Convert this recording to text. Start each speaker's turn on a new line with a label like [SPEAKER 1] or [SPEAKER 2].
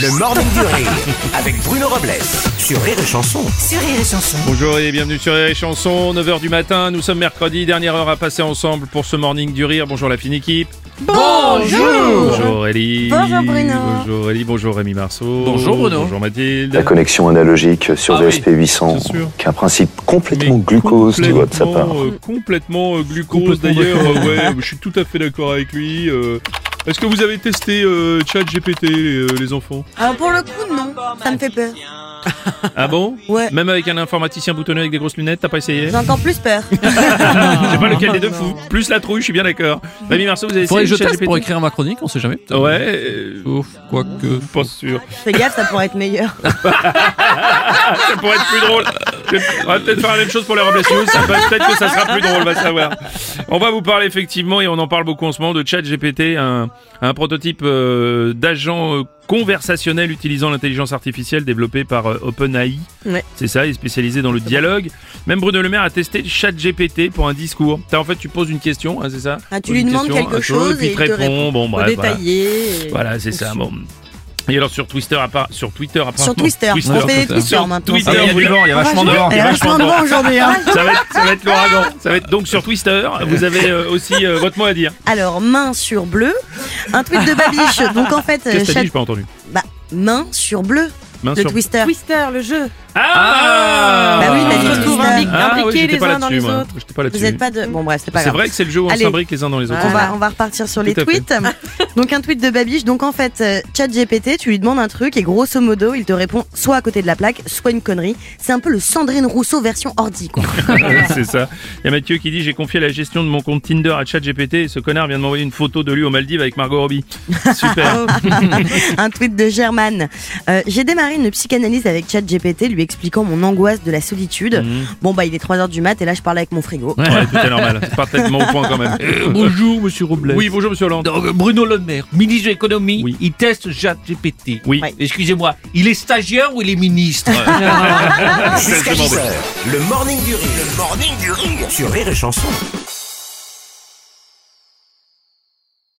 [SPEAKER 1] Le Morning du Rire avec Bruno Robles sur Rire et Chanson.
[SPEAKER 2] Bonjour et bienvenue sur Rire et Chanson, 9h du matin, nous sommes mercredi, dernière heure à passer ensemble pour ce morning du rire. Bonjour la fine équipe. Bonjour Bonjour Ellie.
[SPEAKER 3] Bonjour Bruno.
[SPEAKER 2] Bonjour Ellie, bonjour Rémi Marceau. Bonjour Bruno. Bonjour
[SPEAKER 4] La
[SPEAKER 2] Mathilde.
[SPEAKER 4] connexion analogique sur
[SPEAKER 2] Ah oui,
[SPEAKER 4] VSP 800,
[SPEAKER 2] bien sûr.
[SPEAKER 4] qui est un principe complètement
[SPEAKER 2] Mais
[SPEAKER 4] glucose, tu vois, de sa part.
[SPEAKER 2] complètement, euh, complètement euh, glucose d'ailleurs, euh, ouais, je suis tout à fait d'accord avec lui. euh. Est-ce que vous avez testé euh, ChatGPT euh, les enfants
[SPEAKER 3] Alors Ah, pour le coup, non, ça me fait peur.
[SPEAKER 2] Ah bon
[SPEAKER 3] Ouais.
[SPEAKER 2] Même avec un informaticien boutonné avec des grosses lunettes, t'as pas essayé
[SPEAKER 3] J'ai encore plus peur.
[SPEAKER 2] Je sais pas lequel des deux fou. Plus la trouille, je suis bien d'accord. Rémi Marceau, vous avez
[SPEAKER 5] Faudrait
[SPEAKER 2] essayé
[SPEAKER 5] que je teste
[SPEAKER 2] ChatGPT?
[SPEAKER 5] pour écrire ma chronique, on sait jamais.
[SPEAKER 2] Ouais, euh,
[SPEAKER 5] Ouf, quoique.
[SPEAKER 2] pas sûr.
[SPEAKER 3] Fais gaffe, ça pourrait être meilleur.
[SPEAKER 2] ça pourrait être plus drôle. Je vais- On va peut-être faire la même chose pour les Robles News. Ça va- Peut-être que ça sera plus drôle, on va savoir. On va vous parler effectivement, et on en parle beaucoup en ce moment, de ChatGPT, un, un prototype euh, d'agent euh, conversationnel utilisant l'intelligence artificielle développée par euh, OpenAI.
[SPEAKER 3] Ouais.
[SPEAKER 2] C'est ça, il est spécialisé dans le dialogue. Même Bruno Le Maire a testé ChatGPT pour un discours. T'as- en fait, tu poses une question, hein, c'est ça
[SPEAKER 3] Ah, tu
[SPEAKER 2] Poses
[SPEAKER 3] lui
[SPEAKER 2] une
[SPEAKER 3] demandes
[SPEAKER 2] question,
[SPEAKER 3] quelque
[SPEAKER 2] un
[SPEAKER 3] chose
[SPEAKER 2] puis
[SPEAKER 3] et il te répond.
[SPEAKER 2] Bon, bref,
[SPEAKER 3] Faut
[SPEAKER 2] voilà.
[SPEAKER 3] détailler. et-
[SPEAKER 2] Voilà, c'est ça. Bon. Et alors sur Twitter, à part, sur Twitter, à part,
[SPEAKER 3] Sur Twister, on fait des Twister
[SPEAKER 2] Sur
[SPEAKER 3] maintenant.
[SPEAKER 2] Twitter,
[SPEAKER 3] Ah oui,
[SPEAKER 2] vous-
[SPEAKER 5] il y a vachement de
[SPEAKER 3] Elle
[SPEAKER 2] y
[SPEAKER 3] est
[SPEAKER 2] a vachement
[SPEAKER 3] vachement
[SPEAKER 2] de vent.
[SPEAKER 3] bon aujourd'hui. hein.
[SPEAKER 2] ça va être, ça va être l'ouragan. Ça va être donc sur Twister. Vous avez euh, aussi euh, votre mot à dire.
[SPEAKER 3] Alors, main sur bleu. Un tweet de Babiche. Donc en fait,
[SPEAKER 2] Qu'est-ce que t'as
[SPEAKER 3] Euh, chat-
[SPEAKER 2] dit J'ai pas entendu.
[SPEAKER 3] bah, main sur bleu
[SPEAKER 2] Main
[SPEAKER 3] de
[SPEAKER 2] sur-
[SPEAKER 3] Twister.
[SPEAKER 6] Twister, le jeu.
[SPEAKER 2] Ah
[SPEAKER 3] Bah oui, t'as
[SPEAKER 6] On
[SPEAKER 3] dit
[SPEAKER 6] se
[SPEAKER 3] Twister.
[SPEAKER 6] retrouve imbi-
[SPEAKER 2] Ah oui,
[SPEAKER 6] imbriqués
[SPEAKER 2] j'étais
[SPEAKER 6] les
[SPEAKER 2] pas
[SPEAKER 6] uns dans
[SPEAKER 2] là-dessus,
[SPEAKER 6] les
[SPEAKER 2] moi.
[SPEAKER 6] autres.
[SPEAKER 2] J'étais pas
[SPEAKER 3] Vous
[SPEAKER 2] là-dessus.
[SPEAKER 3] êtes pas de. Bon, bref, c'est pas
[SPEAKER 2] C'est
[SPEAKER 3] grave.
[SPEAKER 2] vrai que c'est le jeu où on
[SPEAKER 3] Allez.
[SPEAKER 2] s'imbrique les uns dans les autres.
[SPEAKER 3] On
[SPEAKER 6] Voilà.
[SPEAKER 3] va, on va repartir sur les
[SPEAKER 2] Tout à fait.
[SPEAKER 3] tweets. Donc un tweet de Babiche. Donc en fait, euh, ChatGPT, tu lui demandes un truc et grosso modo, il te répond soit à côté de la plaque, soit une connerie. C'est un peu le Sandrine Rousseau version ordi. Quoi.
[SPEAKER 2] c'est ça. Il y a Mathieu qui dit J'ai confié la gestion de mon compte Tinder à ChatGPT et ce connard vient de m'envoyer une photo de lui aux Maldives avec Margot Robbie. Super.
[SPEAKER 3] un tweet de German. Euh, J'ai démarré une psychanalyse avec ChatGPT, lui expliquant mon angoisse de la solitude.
[SPEAKER 2] Mhm.
[SPEAKER 3] Bon bah il est 3h du mat et là je parle avec mon frigo.
[SPEAKER 2] Ouais, tout est normal. C'est parfaitement au point quand même.
[SPEAKER 5] Bonjour, monsieur Robles.
[SPEAKER 2] Oui, bonjour Monsieur Hollande.
[SPEAKER 7] Donc, Bruno Le Maire, ministre de l'économie,
[SPEAKER 2] Oui.
[SPEAKER 7] il teste ChatGPT.
[SPEAKER 2] Oui.
[SPEAKER 3] Ouais.
[SPEAKER 7] Excusez-moi, il est stagiaire ou il est ministre
[SPEAKER 1] Jusqu'à 10h, le Morning du Rire, le Morning du Rire sur Rire et Chanson.